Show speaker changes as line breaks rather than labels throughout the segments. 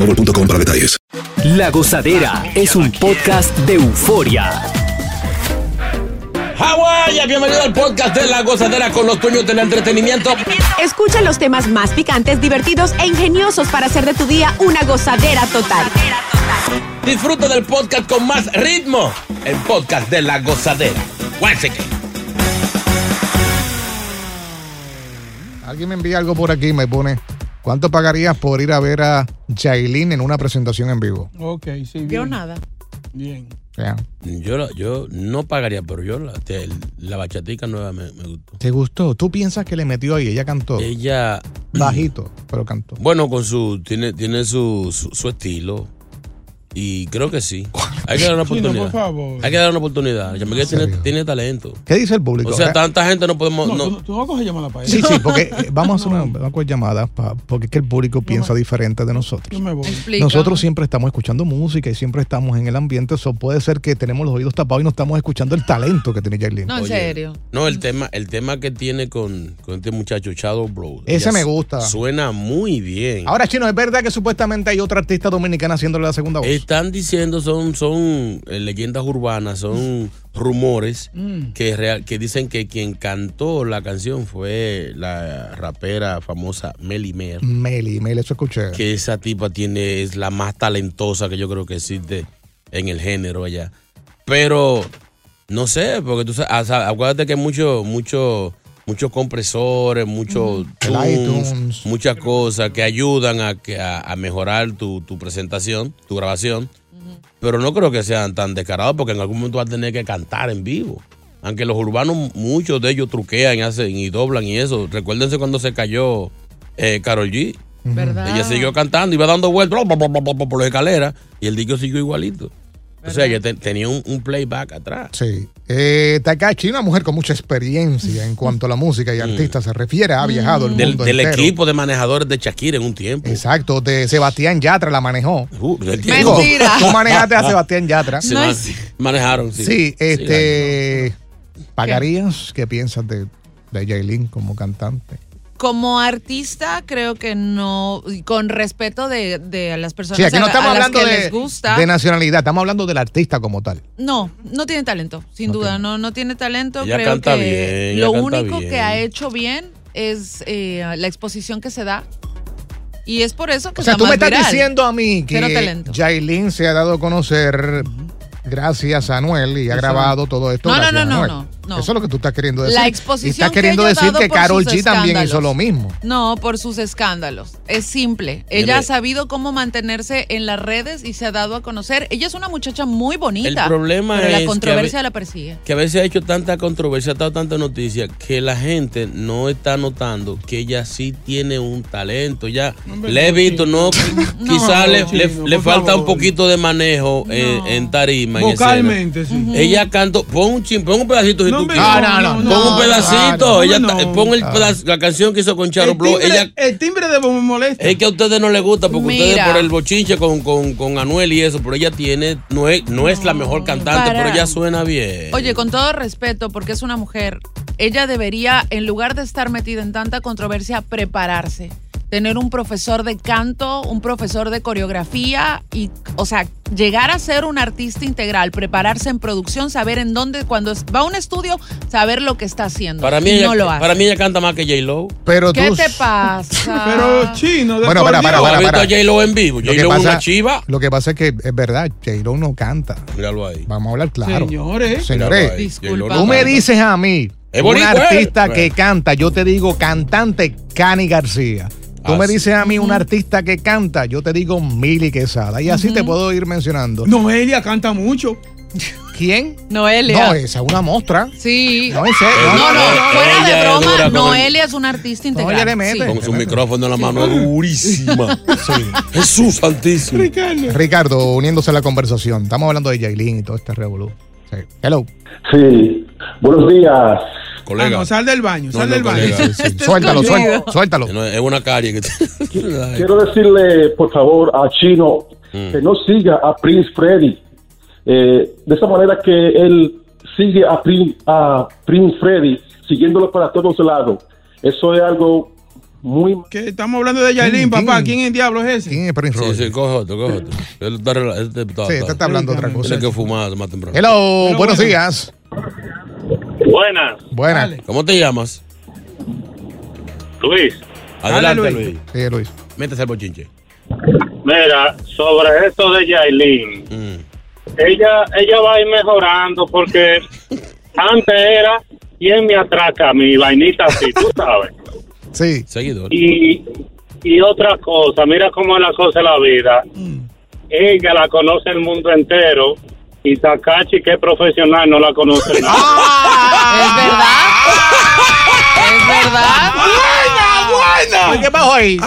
para detalles.
La Gozadera es un podcast de euforia.
Hawái, bienvenido al podcast de La Gozadera con los dueños del entretenimiento.
Escucha los temas más picantes, divertidos e ingeniosos para hacer de tu día una gozadera total.
Disfruta del podcast con más ritmo. El podcast de La Gozadera. Guáseque.
Alguien me envía algo por aquí y me pone, ¿cuánto pagarías por ir a ver a Jailin en una presentación en vivo?
Ok, sí, bien.
Yo nada.
Bien.
Vean.
Yo, la- yo no pagaría, pero yo la, te- la bachatica nueva me, me gustó.
¿Te gustó? ¿Tú piensas que le metió ahí? Ella cantó.
Ella,
Bajito, pero cantó.
bueno, con su tiene, tiene su, su, su estilo. Y creo que sí. Hay que dar una
Chino, por
oportunidad.
favor.
Hay que dar una oportunidad. Ya me quedé, tiene,
serio.
tiene talento.
¿Qué dice el público?
O sea,
Eh,
tanta gente no podemos.
No,
no.
Tú, tú no coges llamada para
Sí,
eso.
sí, porque eh, vamos a hacer una, una llamada porque es que el público piensa diferente de
Yo
nosotros.
me voy.
Nosotros siempre estamos escuchando música y siempre estamos en el ambiente. Eso puede ser que tenemos los oídos tapados y no estamos escuchando el talento que tiene Jailin.
No, en
Oye,
serio.
No, el tema, el tema que tiene con, con este muchacho Shadow Bro.
Ese
ella
me
su-
gusta. Ah,
Suena muy bien.
Ahora, Chino, es verdad que supuestamente hay otra artista dominicana haciéndole la segunda voz.
Están diciendo, son, son eh, leyendas urbanas,
Mm.
son rumores que, real- que dicen que quien cantó la canción fue la rapera famosa Melly Mer.
Meli, Meli, eso escuché.
Que esa tipa tiene, es la más talentosa que yo creo que existe en el género allá. Pero, no sé, porque tú sabes, ah, sabes, acuérdate que mucho, mucho, muchos compresores, muchos
El
tunes,
iTunes.
muchas cosas que ayudan a, que- a, a mejorar tu, tu presentación, tu grabación. Pero no creo que sean tan descarados porque en algún momento vas a tener que cantar en vivo. Aunque los urbanos, muchos de ellos truquean y hacen y doblan y eso. Recuérdense cuando se cayó eh, Carol G.
¿Verdad?
Ah.
Ella siguió cantando, iba dando vueltas bla, bla, bla, bla, bla, por las escaleras y el disco siguió igualito. O sea, ella te- tenía un, un playback atrás.
Sí. Eh, Takashi, una mujer con mucha experiencia en cuanto a la música y artista se refiere, ha viajado el
Del,
mundo
Mm. del
entero.
equipo de manejadores de Shakira en un tiempo.
Exacto, de Sebastián Yatra la manejó.
Uh, del tiempo.
Mentira.
Tú manejaste a Sebastián Yatra.
Se
Sí,
No
ma-
es-
Manejaron, Ah. sí.
este. ¿Pagarías? ¿Qué piensas de, de Yailin como cantante?
Como artista, creo que no. y Con respeto de, de a las personas
Sí, aquí no
a, la-
estamos
a las
hablando
que
de,
les gusta.
de nacionalidad, estamos hablando del artista como tal.
no, no tiene talento, sin
No
duda.
tiene.
No, no tiene talento.
Ella
creo
canta
que
bien, ella
lo
canta
único
bien.
que ha hecho bien es eh, la exposición que se da. Y es por eso que
O sea,
está
tú me
más
estás
viral.
diciendo a mí
Cero
que
talento.
Yailin se ha dado a conocer gracias a Anuel y ha grabado todo esto.
No, no,
gracias
no,
a
no,
Anuel.
no, no.
Eso es lo que tú estás queriendo decir.
La exposición
Y estás
que
queriendo
ella ha
decir
dado
que
por
Carol
sus
G también
escándalos.
hizo lo mismo.
No, por sus escándalos. Es simple. Ella
Mire.
ha sabido cómo mantenerse en las redes y se ha dado a conocer. Ella es una muchacha muy bonita.
El problema
pero
es que a
la controversia
ve-
la persigue.
Que a veces ha hecho tanta controversia, ha dado tanta noticia, que la gente no está notando que ella sí tiene un talento. Ya
Hombre,
le he
no,
visto,
chino.
no, quizás le, le-
chino,
le
por
falta un
favor.
poquito de manejo en, en tarima. en escena.
Vocalmente, sí.
Mm. Ella canta, pon un chin, pon un pedacito si
No,
tú
hombre,
quieres.
no, Ah, no,
Pon un pedacito,
no,
ella
no.
ta- pon el pedazo- la canción que hizo con Charo
El
Blow,
timbre,
ella
el timbre de voz me molesta.
es que a ustedes no les gusta porque ustedes
Mira.
por el bochinche con, con, con Anuel y eso, pero ella tiene, no es, no es la mejor cantante,
para.
pero ella suena bien.
Oye, con todo respeto, porque es una mujer, ella debería, en lugar de estar metida en tanta controversia, prepararse. Tener un profesor de canto, un profesor de coreografía y, o sea, llegar a ser un artista integral, prepararse en producción, saber en dónde, cuando es- va a un estudio, saber lo que está haciendo.
Para mí,
Y
ella,
no lo hace.
para mí ella canta más que J-Lo.
Pero
¿Qué
tú.
te pasa?
Pero chino, de
Bueno,
por
para, para,
Dios.
¿Has
para,
visto a J-Lo en vivo?
Lo que,
J-Lo es
pasa,
una chiva.
lo que pasa es que es verdad, J-Lo no canta.
Míralo ahí.
Vamos a hablar claro.
Señores.
Míralo
Señores,
ahí.
Disculpa.
J-Lo no
tú me
canta.
dices a mí,
Es
un
boricua,
artista
eh.
que canta, yo te digo cantante Cani García. Tú
Ah,
me
sí.
dices a mí un artista que canta, yo te digo Mili Quesada. Y así te puedo ir mencionando.
Noelia canta mucho.
¿Quién?
Noelia.
No, esa es una mostra.
Sí.
No, en serio.
Eh,
No, no,
Ella-
fuera
ella
de
es dura
broma,
con-
Noelia es un artista integral.
ella le mete.
Sí.
Con su micrófono en la mano durísima.
Sí.
Jesús santísimo.
Ricardo.
Ricardo, uniéndose a la conversación. Estamos hablando de Yailin y todo este revolú. Sí. Hello.
Sí, buenos días.
Ah,
Colega.
no, sal del baño,
No,
sal
no,
del baño.
colega.
Suéltalo, suéltalo,
escondido.
suéltalo.
No, es una carie que te...
Quiero decirle, por favor, a Chino que no siga a Prince Freddy. Eh, de esa manera que él sigue a, Prin- a Prince Freddy, siguiéndolo para todos lados. Eso es algo muy
Que estamos hablando de Yailin,
¿Quién?
papá. ¿Quién en diablo es ese?
¿Quién es Prince
Sí,
Royce?
sí, coge otro, coge otro. Él está rela- él está-
Sí, este está hablando otra cosa.
Tiene que fumar más temprano.
Hello, buenos
bueno.
días.
buena.
Buenas.
Dale.
¿Cómo te llamas?
Luis,
Adelante,
Luis.
Luis.
Sí, Luis.
Métese al bochinche.
mira, sobre esto de Yailin,
Mm.
ella, ella va a ir mejorando porque antes era quién me atraca mi vainita así, tú sabes.
Sí.
Seguidor.
Y, y otra cosa, mira cómo es la cosa de la vida. Ella la conoce el mundo entero y Takachi, que es profesional, no la conoce nada.
Es verdad. Es verdad.
¿Qué pasó ahí?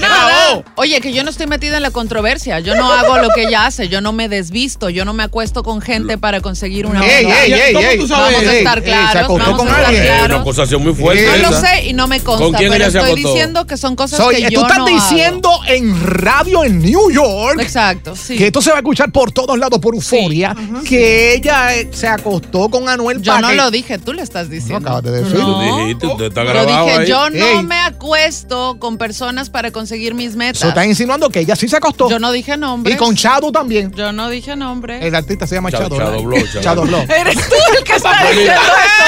Nada. Oye, que yo no estoy metida en la controversia. Yo no hago lo que ella hace. Yo no me desvisto. Yo no me acuesto con gente para conseguir una.
Ey,
mujer.
ey, ey,
¿Cómo
ey.
tú sabes?
Vamos a estar
Ey,
claros.
se acostó
vamos
con
a estar
alguien.
Es
claros.
una acusación muy fuerte.
No lo
esa.
sé y no me consta,
¿Con quién
pero
ella se
estoy
acostó?
diciendo que son cosas
Soy- eh,
que
tú
yo
estás
no
diciendo en radio en New York
hago. Exacto, sí.
que esto se va a escuchar por todos lados por euforia que ella eh, se acostó con Anuel
yo
para
no
que-
lo dije, tú le estás
No,
diciendo.
acabas de decir.
Tú
No.
dijiste, usted está
Yo
grabado
dije,
ahí.
yo no
Ey.
me acuesto con personas para conseguir mis metas.
Eso está insinuando que ella sí se acostó.
Yo no dije nombre.
y con Chado también.
Yo no dije nombre.
El artista se llama
Chado-
Chado.
Chado
¿no?
Blow, Chado
Chado
Blow.
Blow.
Eres tú el que está diciendo
Mira,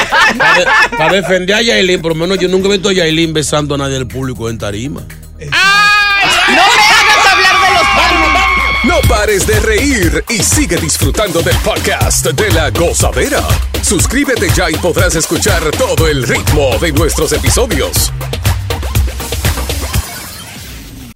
eso.
para, de- para defender a Yailin, por lo menos yo nunca he visto a Yailin besando a nadie del público en tarima.
No me hagas hablar de los
No pares de reír y sigue disfrutando del podcast de la gozadera. Suscríbete ya y podrás escuchar todo el ritmo de nuestros episodios.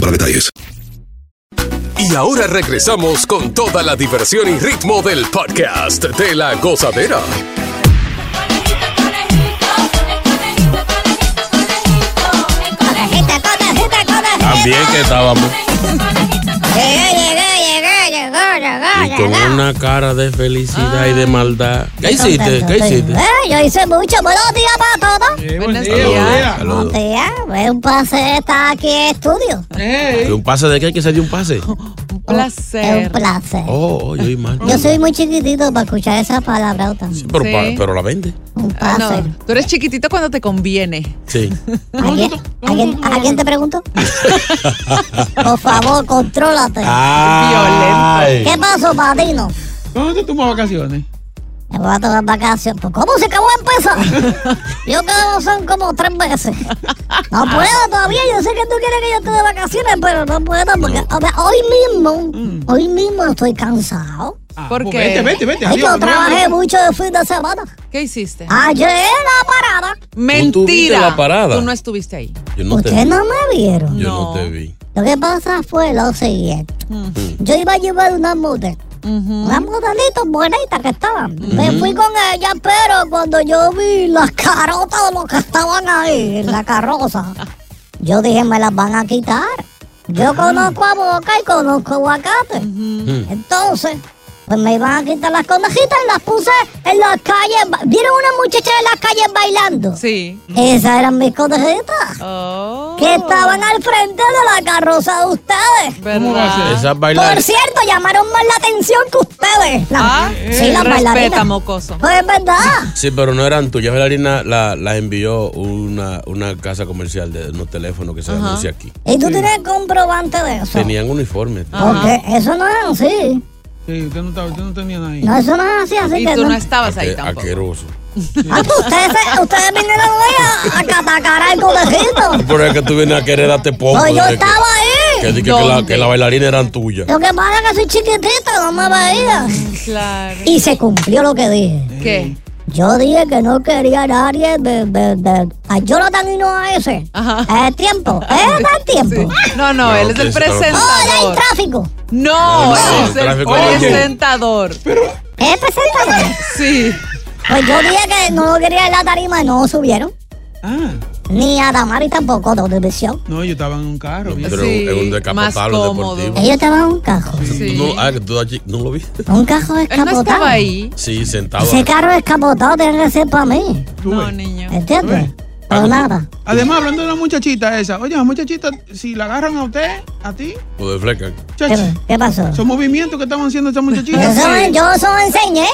para detalles. Y ahora regresamos con toda la diversión y ritmo del podcast de la gozadera.
También que estábamos. Y con una cara de felicidad y de maldad. ¿Qué hiciste? ¿Qué hiciste?
yo hice mucho. Buenos días para todos.
Eh, buen
Buenos
día,
días.
buen día.
Saludos.
Tía, es un placer estar aquí en estudio.
Eh,
¿Que ¿Un pase de qué? ¿Que se dio un pase?
Un
Es
placer.
un placer.
Oh, oh, yo y mal.
Yo soy muy chiquitito para escuchar esa palabra. otra.
Pero,
Sí.
pa- pero la vende.
Un
Ah, no,
placer.
tú eres chiquitito cuando te conviene.
Sí.
¿A quién, a quién- a quién te pregunto? Por favor,
Ah,
contrólate.
Ay.
¿Qué pasó, Patino?
¿Dónde tú tomas vacaciones?
Me voy a tomar vacaciones. Pues, ¿Cómo se acabó de empezar? yo cada dos son como tres meses. No puedo todavía. Yo sé que tú quieres que yo esté de vacaciones, pero no puedo porque o sea, hoy mismo, hoy mismo estoy cansado.
¿Por
pues
qué?
vete, vete, vete,
Es que
adiós,
yo
adiós,
trabajé
adiós.
mucho Ah. de fin de semana.
¿Qué hiciste?
Ayer la parada.
Mentira.
Tú tuviste la parada.
Tú no estuviste ahí.
Yo no te
Ustedes
vi.
no me vieron.
Yo no te vi.
Lo que pasa fue lo siguiente. Yo iba a llevar una muda.
Mm.
Unas modelitos bonitas que estaban. Me fui con ella, pero cuando yo vi las carotas de los que estaban ahí en la carroza, yo dije, me las van a quitar. Yo conozco a Boca y conozco a Aguacate. Entonces, pues me iban a quitar las conejitas y las puse en las calles. ba- ¿Vieron una muchacha en las calles bailando?
Sí.
Esas eran mis conejitas
Oh.
que estaban al frente de la carroza de ustedes.
¿Verdad?
Esas
Por
bailar.
cierto, llamaron más la atención que ustedes. La-
Ah,
sí, las
respeta,
bailarinas.
mocoso.
Pues es verdad.
Sí, pero no eran tuyas. Bailarina la, la envió una, una casa comercial de unos teléfonos que se anuncia aquí.
Y tú tienes comprobante de eso.
Tenían uniforme. Ah,
Porque eso no es así.
Sí, usted no, estaba- usted no tenía nada ahí.
No, eso no es así, así
Y
que
tú
no.
no estabas ahí
Aque-
tampoco.
Aqueroso.
Ah, pues ustedes, se- ustedes vinieron hoy a, a catacar al conejito.
Por eso que tú vienes a querer darte poco.
No,
de
Pues yo
que-
estaba ahí.
que, di que- que la,
¿Dónde?
que la bailarina eran tuyas.
Lo que pasa es que soy chiquitita, no me veía.
Claro.
Y se cumplió lo que dije.
¿Qué?
Yo dije que no quería a nadie de, de, de- a Jonathan y no a ese.
Ajá.
Es tiempo, es el eh, tiempo.
No, no,
No,
él es
que
el
es- no.
Ahora hay
presentador.
tráfico.
No,
No, no,
es
el
el
tráfico no.
presentador.
Es presentador.
Sí.
Pues yo dije que no quería en la tarima y no subieron.
Ah,
Ni a Damari tampoco, de televisión.
no, yo estaba en un carro. bien.
Pero
Sí,
es un
más
decapotable
cómodo.
deportivo.
Ellos estaban en un cajo.
Sí.
¿Tú no, ah, que tú allí no lo viste.
Un cajo
Él no
escapotado.
estaba ahí.
Sí, sentado.
Ese carro escapotado tiene que ser para mí.
Tú
No,
ves.
niño.
¿Entiendes? Pero nada.
Además, hablando de la muchachita esa, oye, la muchachita, si la agarran a usted, a ti,
O de fleca.
chachi,
¿Qué, qué pasó?
esos movimientos que estaban haciendo esas muchachitas.
Eso, yo eso enseñé.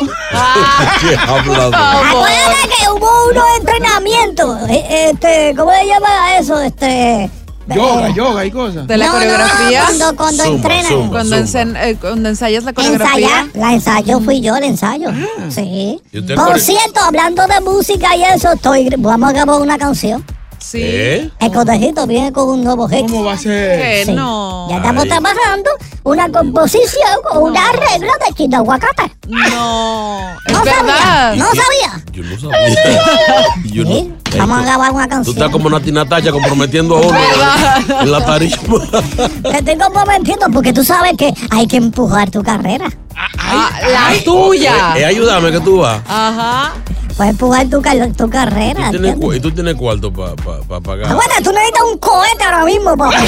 ¿Qué
Oh.
hablando?
Acuérdate que hubo unos entrenamientos. eh, Este, ¿Cómo le llama eso? Este.
Yoga, yoga y cosas.
De la
no, no,
coreografía.
cuando cuando
Zumba,
entrenan.
zumba.
Cuando, ensen- eh, cuando ensayas la coreografía. Ah.
Ensayar, la ensayo fui yo, el ensayo. Oh, Sí.
¿Y usted
Por
core-
cierto, hablando de música y eso, estoy vamos a grabar una canción.
Sí.
¿Eh?
El conejito viene con un nuevo hit.
¿Cómo va a ser?
Que
Sí.
Eh, No.
Ya estamos
Ay.
trabajando una composición con una regla de Chino Aguacate.
No. Es
No
verdad.
sabía, no sabía.
Yo no sabía. Yo no-
¿Eh?
Sí, Vamos a grabar una
Tú
canción.
estás como Nati Natacha comprometiendo a uno
¿Verdad?
en la tarima.
Te estoy comprometiendo porque tú sabes que hay que empujar tu carrera.
Ah, la tuya.
Eh, eh, ayúdame que tú vas.
Ah,
Ajá.
Puedes empujar tu, car- tu
Tú
carrera.
tienes cu-
¿entiendes?
y tú tienes cuarto para pa, pa pagar.
Aguanta, tú necesitas un cohete ahora mismo, papá.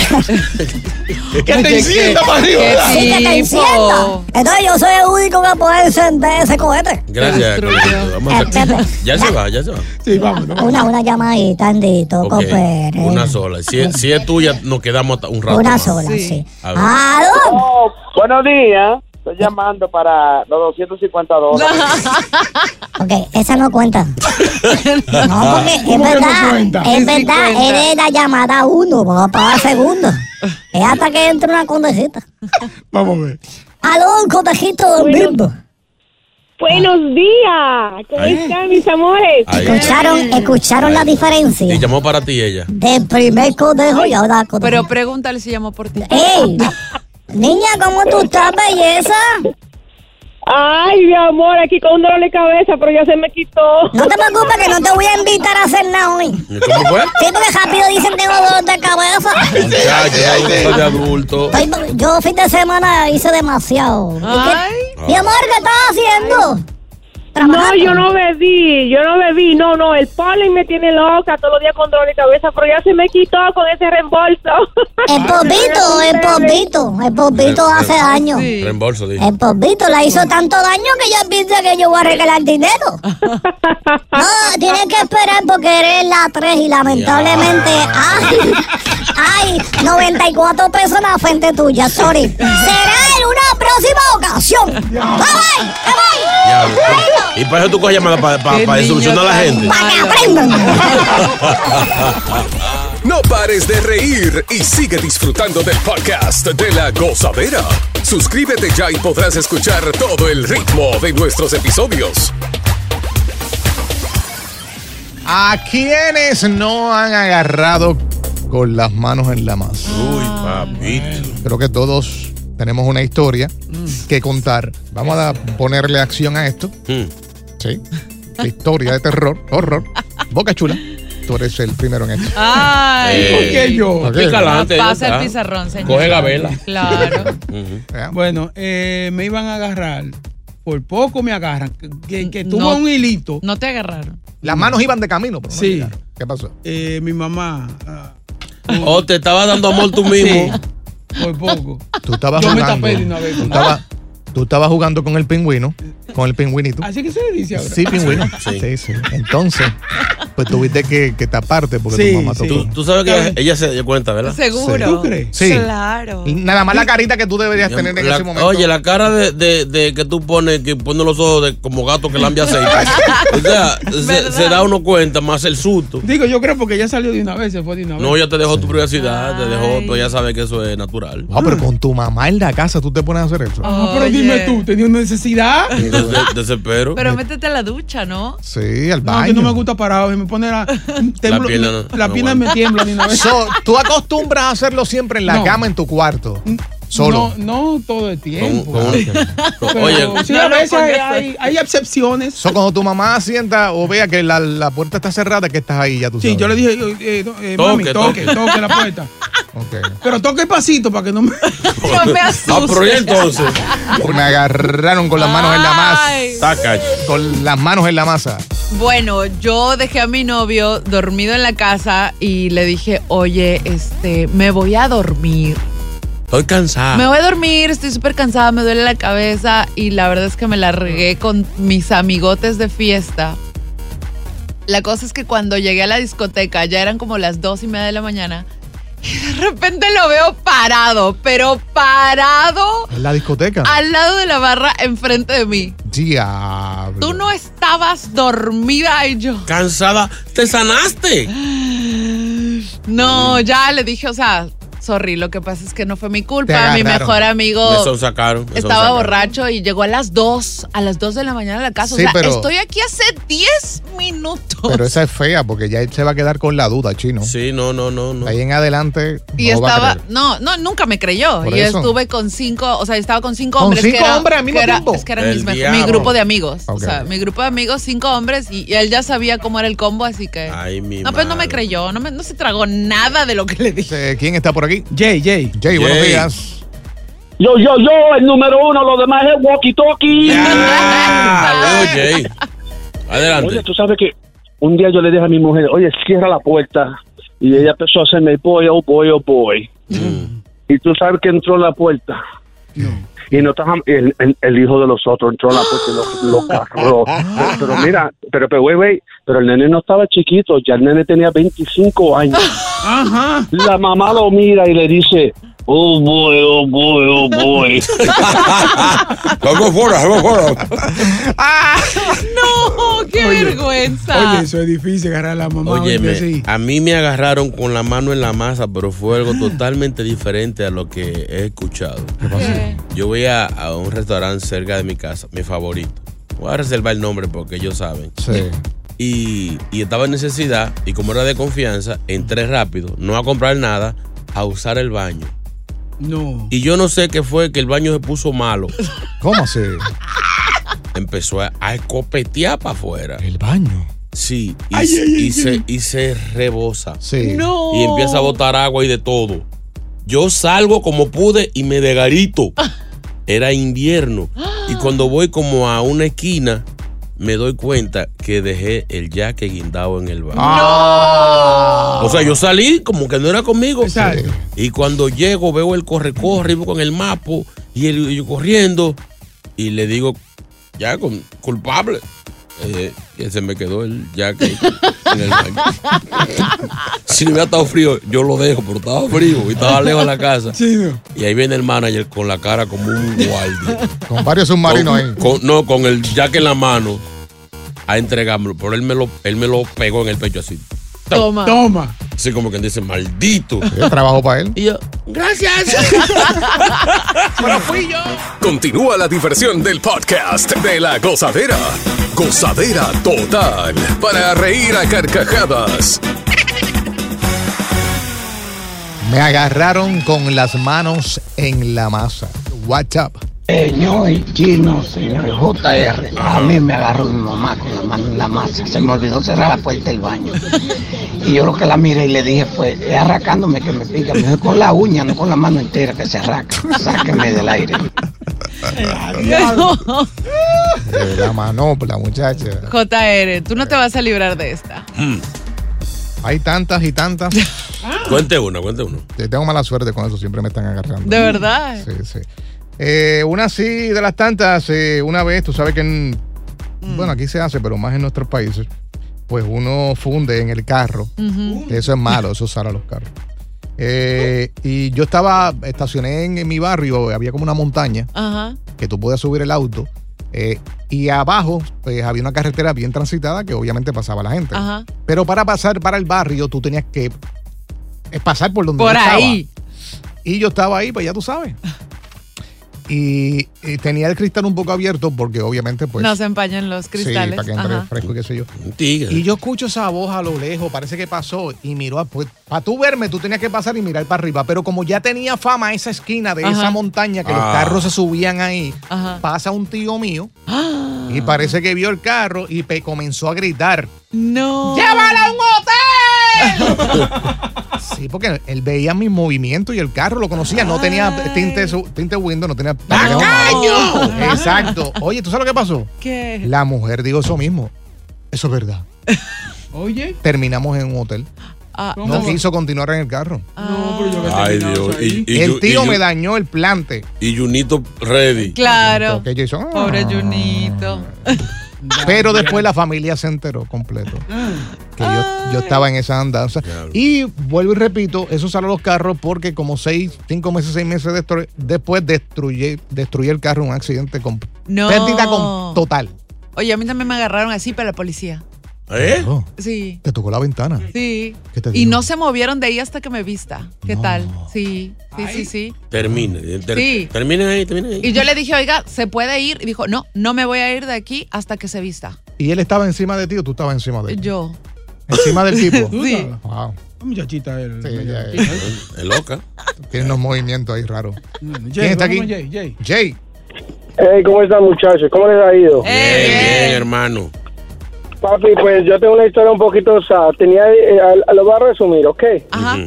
Que te encienda para
Qué
arriba.
Sí, que te encienda.
tipo.
Entonces yo soy el único que puede encender ese cohete.
Gracias, Carlito. Vamos a
Espérate.
Ya se va, ya se va.
Sí, vámonos.
Una, una llamadita, Andito,
Ok,
coopere.
Una sola. Si, es- si es tuya, nos quedamos hasta un rato.
Una
más.
sola,
Sí.
sí.
A ver.
¡Aló!
buenos días. Estoy llamando para los 250 dólares.
Ok, esa no cuenta. No, porque es
no
verdad,
cuenta?
es
Sí
verdad,
cuenta.
eres la llamada uno, vamos a pagar segundo. Es hasta que entre una condejita.
Vamos a ver.
¡Aló, un condejito del mismo!
Buenos días, ¿cómo
Ahí.
están mis amores?
Ahí.
¿Escucharon, escucharon la
Y
diferencia?
llamó para ti ella.
Del primer conejo y ahora conejo.
Pero pregúntale si llamó por ti.
¡Ey! Niña, ¿cómo tú estás, belleza?
Ay, mi amor, aquí con un dolor de cabeza, pero ya se me quitó.
No te preocupes que no te voy a invitar a hacer nada hoy.
¿Y ¿Cómo fue?
Sí, porque rápido dicen tengo dolor de cabeza.
Muchacho, cosa de adulto.
Estoy- yo fin de semana hice demasiado. ¿Y qué-
Ay.
Mi amor, ¿qué estás haciendo?
No,
Trabajando.
yo no bebí, yo no bebí, no, no, el polen me tiene loca todos los días con dolor de cabeza, pero ya se me quitó con ese reembolso.
El popito, el popito, el popito hace daño.
Sí.
Reembolso, dije.
El popito la hizo tanto daño que yo pienso que yo voy a regalar dinero. No, tienes que esperar porque eres la 3 y lamentablemente ay, ay, 94 pesos en la frente tuya, sorry. Será en una próxima ocasión. Bye bye, bye
Ya, y para eso tú coges llamada para
Qué niño
solucionar a la
tan
gente.
bye. Para que
malo.
aprendan.
No pares de reír y sigue disfrutando del podcast de la gozadera. Suscríbete ya y podrás escuchar todo el ritmo de nuestros episodios.
¿A quienes no han agarrado con las manos en la masa?
Uy, papito.
Creo que todos tenemos una historia
Mm.
que contar. Vamos a ponerle acción a esto.
Mm.
Sí. Historia de terror, horror. Boca chula. Tú eres el primero en esto.
Ay.
¿Por
Eh,
qué yo?
Ok.
Pícala antes. ya
Pasa
está.
el pizarrón, señor.
Coge la vela.
Claro.
Bueno, eh, me iban a agarrar. Por poco me agarran. Que, que tuvo
No.
un hilito.
No te agarraron.
Las manos iban de camino, pero no
Sí.
llegaron. ¿Qué pasó?
Eh, mi mamá. ah,
O te estaba dando amor tú mismo.
por poco.
Tú estabas
Yo me
jugando.
tapé de una vez.
Tú estabas, tú estabas jugando con el pingüino, con el pingüinito.
Así que se le dice ahora.
Sí, pingüino. Sí, sí. Entonces, pues tuviste que, que taparte porque
Sí,
tu mamá
sí.
tocó.
Tú, tú sabes que ella, ella se dio cuenta, ¿verdad?
Seguro.
Sí. ¿Tú crees? Sí.
Claro.
Nada más la carita que tú deberías tener en
La-
ese momento.
Oye, la cara de, de- de que tú pones, que pone los ojos de, como gato que lambia aceite. o sea, se, se da uno cuenta, más el susto.
Digo, yo creo porque ella salió de una vez, se fue de una vez.
No, ya te dejó tu privacidad, te dejó, tú ya sabes que eso es natural.
Ah, pero con tu mamá en la casa tú te pones a hacer eso.
Mm. Ah, pero dime tú, ¿tenías necesidad?
Des- desespero.
Pero métete a la ducha, ¿no?
Sí, al
No, que
baño.
no me gusta parado, se me pone la. temblo-
pierna no-
la
no
pierna me
aguanta.
tiembla de una vez.
So, tú acostumbras a hacerlo siempre en la
No.
cama en tu cuarto. Solo.
No, no todo el tiempo.
Con- con-
Pero
oye,
sí,
No,
a
no,
veces
con
hay,
eso.
hay- hay excepciones.
So, cuando tu mamá sienta o vea que la, la puerta está cerrada, que estás ahí ya tú
Sí,
sabes.
yo le dije, eh, eh, no, eh, mami,
Toque,
toque,
toque.
toque, la puerta.
Ok.
Pero toque el pasito para que no me.
No me
Ah, pero ya
asustes.
entonces.
Pues Me agarraron con las manos en la
Ay.
masa.
Taca.
Con las manos en la masa.
Bueno, yo dejé a mi novio dormido en la casa y le dije, oye, este, me voy a dormir.
Estoy cansado.
Me voy a dormir, estoy súper cansada, me duele la cabeza y la verdad es que me la regué con mis amigotes de fiesta. La cosa es que cuando llegué a la discoteca ya eran como las dos y media de la mañana y de repente lo veo parado, pero parado
En la discoteca.
al lado de la barra enfrente de mí.
Diablo.
Tú no estabas dormida y yo.
Cansada. ¿Te sanaste?
No, ya le dije, o sea, sorry, lo que pasa es que no fue mi
Te
culpa. Mi
agarraron.
mejor amigo
Me sonsacaron.
Pues
me
estaba
sonsacaron.
borracho y llegó a las 2, a las 2 de la mañana a la casa.
Sí,
o sea,
pero-
estoy aquí hace 10 minutos.
Pero esa es fea porque ya él se va a quedar con la duda, chino.
Sí, no, no, no. no.
Ahí en adelante.
y
no va a
estaba,
creer.
no, no, nunca me creyó.
Por
Y
eso.
estuve con cinco, o sea, estaba con cinco
¿Con
hombres.
cinco
que era-
hombres al mismo
que era-
tiempo?
Es que eran
El
mis, me- mi
diablo.
grupo de amigos.
Ok.
O sea, mi grupo de amigos, cinco hombres, y, y él ya sabía cómo era el combo, así que.
Ay, mi
no, pues no me
madre.
creyó, no, me- no se tragó nada de lo que le dije.
Eh, ¿Quién está por aquí?
Jay, Jay.
Jay, buenos
Jay.
días.
Yo, yo, yo, el número uno, lo demás es walkie-talkie.
Ah, Oye.
Oye,
Adelante.
tú sabes que un día yo le dije a mi mujer, oye, cierra la puerta. Y ella empezó a hacerme, boy, oh boy, oh boy. Y tú sabes que entró a la puerta. Y no estaba el, el- el hijo de los otros, entró a la puerta y lo, lo cargó. Pero, pero mira, pero, pero, güey, güey, pero el nene no estaba chiquito, ya el nene tenía 25 años.
Ajá.
La mamá lo mira y le dice, oh boy, oh boy, oh boy.
Vamos fuera, vamos fuera.
No, qué vergüenza.
Oye, eso es difícil agarrar a la mamá.
Óyeme,
oye, sí.
a mí me agarraron con la mano en la masa, pero fue algo totalmente diferente a lo que he escuchado.
¿Qué?
Yo voy a, a un restaurante cerca de mi casa, mi favorito. Voy a reservar el nombre porque ellos saben.
Sí.
Y, y estaba en necesidad, y como era de confianza, entré rápido, no a comprar nada, a usar el baño.
No.
Y yo no sé qué fue que el baño se puso malo.
¿Cómo así?
Empezó a, a escopetear para afuera.
El baño.
Sí, y,
Ay, ay,
y
ay,
se,
ay.
y se rebosa.
Sí.
No.
y empieza a botar agua y de todo. Yo salgo como pude y me degarito. Era invierno. Y cuando voy como a una esquina, me doy cuenta que dejé el jaque guindado en el baño. O sea, yo salí como que no era conmigo.
Exacto.
Y cuando llego, veo el corre-corre, iba con el mapo y el y yo corriendo. Y le digo, ya, con- culpable. Eh, que se me quedó el jaque en el baño. Si hubiera estado frío, yo lo dejo, pero estaba frío y estaba lejos de la casa.
Chino.
Y ahí viene el manager con la cara como un guardia.
Con varios
Oh.
submarinos ahí.
Con- con- no, con el jack en la mano a entregármelo. Pero él me lo, él me lo pegó en el pecho así.
Toma.
Toma.
Así como quien dice, maldito.
Yo trabajo para él.
Y yo, gracias.
pero fui yo. Continúa la diversión del podcast de la gozadera. Gozadera total. Para reír a carcajadas.
Me agarraron con las manos en la masa. What's up?
Señor Chino, señor JR, a mí me agarró mi mamá con la mano en la masa. Se me olvidó cerrar la puerta del baño. Y yo lo que la miré y le dije fue, es arrancándome que me pica. Me dijo, con la uña, no con la mano entera que se arranca. Sáqueme del aire.
De la manopla, muchacha.
JR, tú no te vas a librar de esta.
Hay tantas y tantas.
Cuente uno, cuente uno.
Yo tengo mala suerte con eso, siempre me están agarrando.
De verdad.
Sí, sí. Eh, una sí de las tantas, eh, una vez, tú sabes que, en-
Mm.
bueno, aquí se hace, pero más en nuestros países, pues uno funde en el carro. que Eso es malo, eso sale a los carros. Eh, y yo estaba, estacioné en, en mi barrio, había como una montaña
Ajá.
que tú podías subir el auto. eh, y abajo pues, había una carretera bien transitada que obviamente pasaba la gente.
Ajá.
Pero para pasar para el barrio, tú tenías que eh, pasar por donde
Por
yo estaba.
ahí.
Y yo estaba ahí, pues ya tú sabes. Y, eh, tenía el cristal un poco abierto porque obviamente pues...
no se empañan los
Sí,
cristales.
para que entre
Ajá.
fresco y qué sé yo.
Tigre.
Y yo escucho esa voz a lo lejos, parece que pasó y miró. a- Pues, para tú verme, tú tenías que pasar y mirar para arriba. Pero como ya tenía fama esa esquina de
Ajá.
esa montaña que los
Ah.
carros se subían ahí, pasa un tío mío y parece que vio el carro y pe- comenzó a gritar.
No.
¡Llévala
a un Sí, porque él veía mis movimientos y el carro lo conocía. No tenía tinte, su- tinte window, no tenía. ¡Tacaño! Exacto. Oye, ¿tú sabes lo que pasó?
¿Qué?
La mujer dijo eso mismo. Eso es verdad.
Oye.
Terminamos en un hotel.
Ah,
No quiso continuar en el carro.
No, pero yo que
Ay, Dios. Y, y Yu-
el
y
tío
Yu-
me dañó el plante.
Y Junito Ready.
Claro.
Que yo hice, "Ah".
Pobre Junito.
Pero después la familia se enteró completo. Que yo, yo estaba en esa andanza. Y vuelvo y repito, eso salió a los carros porque como seis, cinco meses, seis meses destru- después destruye, destruye el carro en un accidente con
No.
pérdida con- total.
Oye, a mí también me agarraron así para la policía.
¿Eh?
Sí.
Te tocó la ventana.
Sí.
¿Qué te
Y
dijo?
no se movieron de ahí hasta que me vista. ¿Qué tal? Sí, sí, sí, sí.
Termine. ter-
Sí.
Terminen ahí, terminen ahí.
Y yo le dije, oiga, ¿se puede ir? Y dijo, no, no me voy a ir de aquí hasta que se vista.
Y él estaba encima de ti o tú estabas encima de él.
Yo.
Encima del tipo.
Sí.
Wow.
Ah, Muchachita, el.
ella
el-
Es loca.
Tiene unos movimientos ahí raros.
Jay,
¿Quién está
vamos
aquí?
con Jay, Jay.
Jay.
Hey, ¿cómo están muchachos? ¿Cómo les ha ido?
Bien, bien, hermano.
Papi, pues yo tengo una historia un poquito sad. Tenía, eh, a- lo voy a resumir, ¿ok?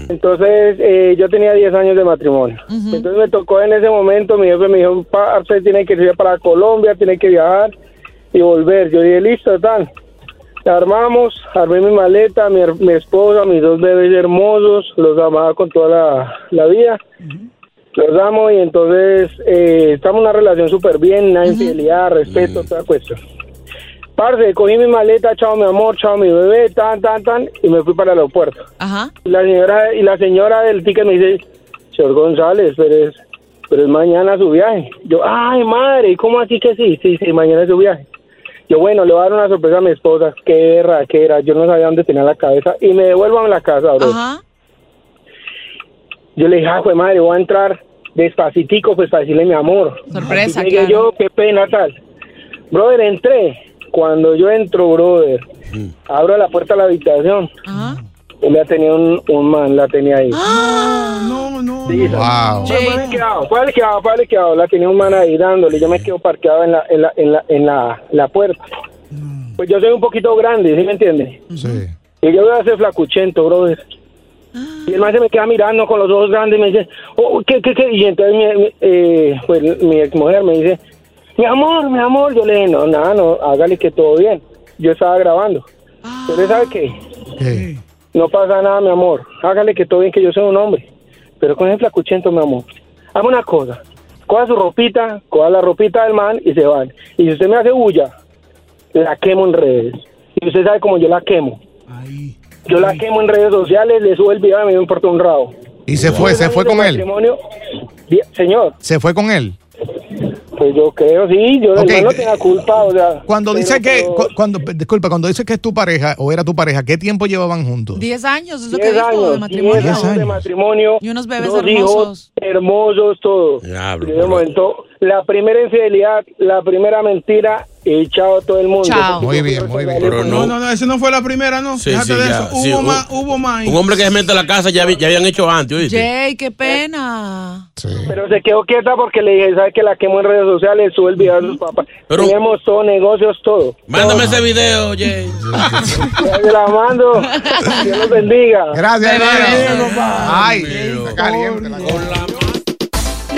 Entonces, eh, yo tenía 10 años de matrimonio. Entonces me tocó en ese momento, mi jefe me dijo, parce, tiene que ir para Colombia, tiene que viajar y volver. Yo dije, listo, tal. La armamos, armé mi maleta, mi, her- mi esposa, mis dos bebés hermosos, los amaba con toda la, la vida. Los amo y entonces eh, estamos en una relación súper bien, una infidelidad, respeto, toda cuestión. Parce, cogí mi maleta, chao mi amor, chao mi bebé, tan, tan, tan, y me fui para el aeropuerto.
Ajá.
Y la señora, y la señora del ticket me dice, señor González, pero es, pero es mañana su viaje. Yo, ay madre, ¿y cómo así que sí? Sí, sí, mañana es su viaje. Yo, bueno, le voy a dar una sorpresa a mi esposa, qué era, qué era, yo no sabía dónde tenía la cabeza, y me devuelvo a la casa, bro. Yo le dije, ah, pues madre, voy a entrar despacitico, pues para decirle mi amor.
Sorpresa,
Así llegué yo, qué pena, tal. Brother, entré. Cuando yo entro, brother, abro la puerta de la habitación. Y la tenía un, un man, la tenía ahí.
No, no.
Sí,
Wow.
Fue fue liqueado, fue liqueado, fue liqueado. La tenía un man ahí dándole. Yo me quedo parqueado en la, en la, en la, en la, la puerta. Pues yo soy un poquito grande, ¿sí me entiendes?
Sí.
Y yo voy a hacer flacuchento, brother. Y el man se me queda mirando con los ojos grandes y me dice, oh, ¿qué, qué, qué? Y entonces mi, mi- eh, pues, mi ex mujer me dice, mi amor, mi amor. Yo le dije, no, nada, no, hágale que todo bien. Yo estaba grabando. Pero ¿usted sabe qué? No pasa nada, mi amor. Hágale que todo bien, que yo soy un hombre. Pero con ese flacuchento, mi amor. Haga una cosa. Coja su ropita, coja la ropita del man y se van. Y si usted me hace bulla, la quemo en redes. Y usted sabe cómo yo la quemo. Yo la quemo en redes sociales, le subo el video, a mí me importa un rabo.
Y se fue, se fue con él.
Matrimonio, di- señor,
Se fue con él.
pues yo creo, sí, yo yo
Ok,
no
eh,
tenía culpa, o sea.
Cuando
pero-
dice que,
pero-
cu- cuando, disculpa, cuando dice que es tu pareja o era tu pareja, ¿qué tiempo llevaban juntos?
10 años, es lo que
10
dijo
años,
de
10
matrimonio.
años de matrimonio.
Y unos bebés
dos
hermosos.
hijos, hermosos todos.
Diablo,
Y de momento, la primera infidelidad, la primera mentira y chao a todo el mundo.
Muy
bien, muy bien. Pero
No,
no.
no, no, esa no fue la primera, no.
Sí,
Fíjate
sí,
de
ya,
eso. Hubo
sí, un-
más, hubo más. ahí.
Un hombre que se mete a la casa ya, vi- ya habían hecho antes, ¿oíste?
Jay, qué pena.
Pero se quedó quieta porque le dije, ¿sabes que la quemó en redes sociales? Sube el video de sus papás. Teníamos todo, negocios, todo.
Mándame ese video, Jay.
Ya se la mando. Dios los bendiga.
Gracias,
hermano.
Ay, está caliente la cosa.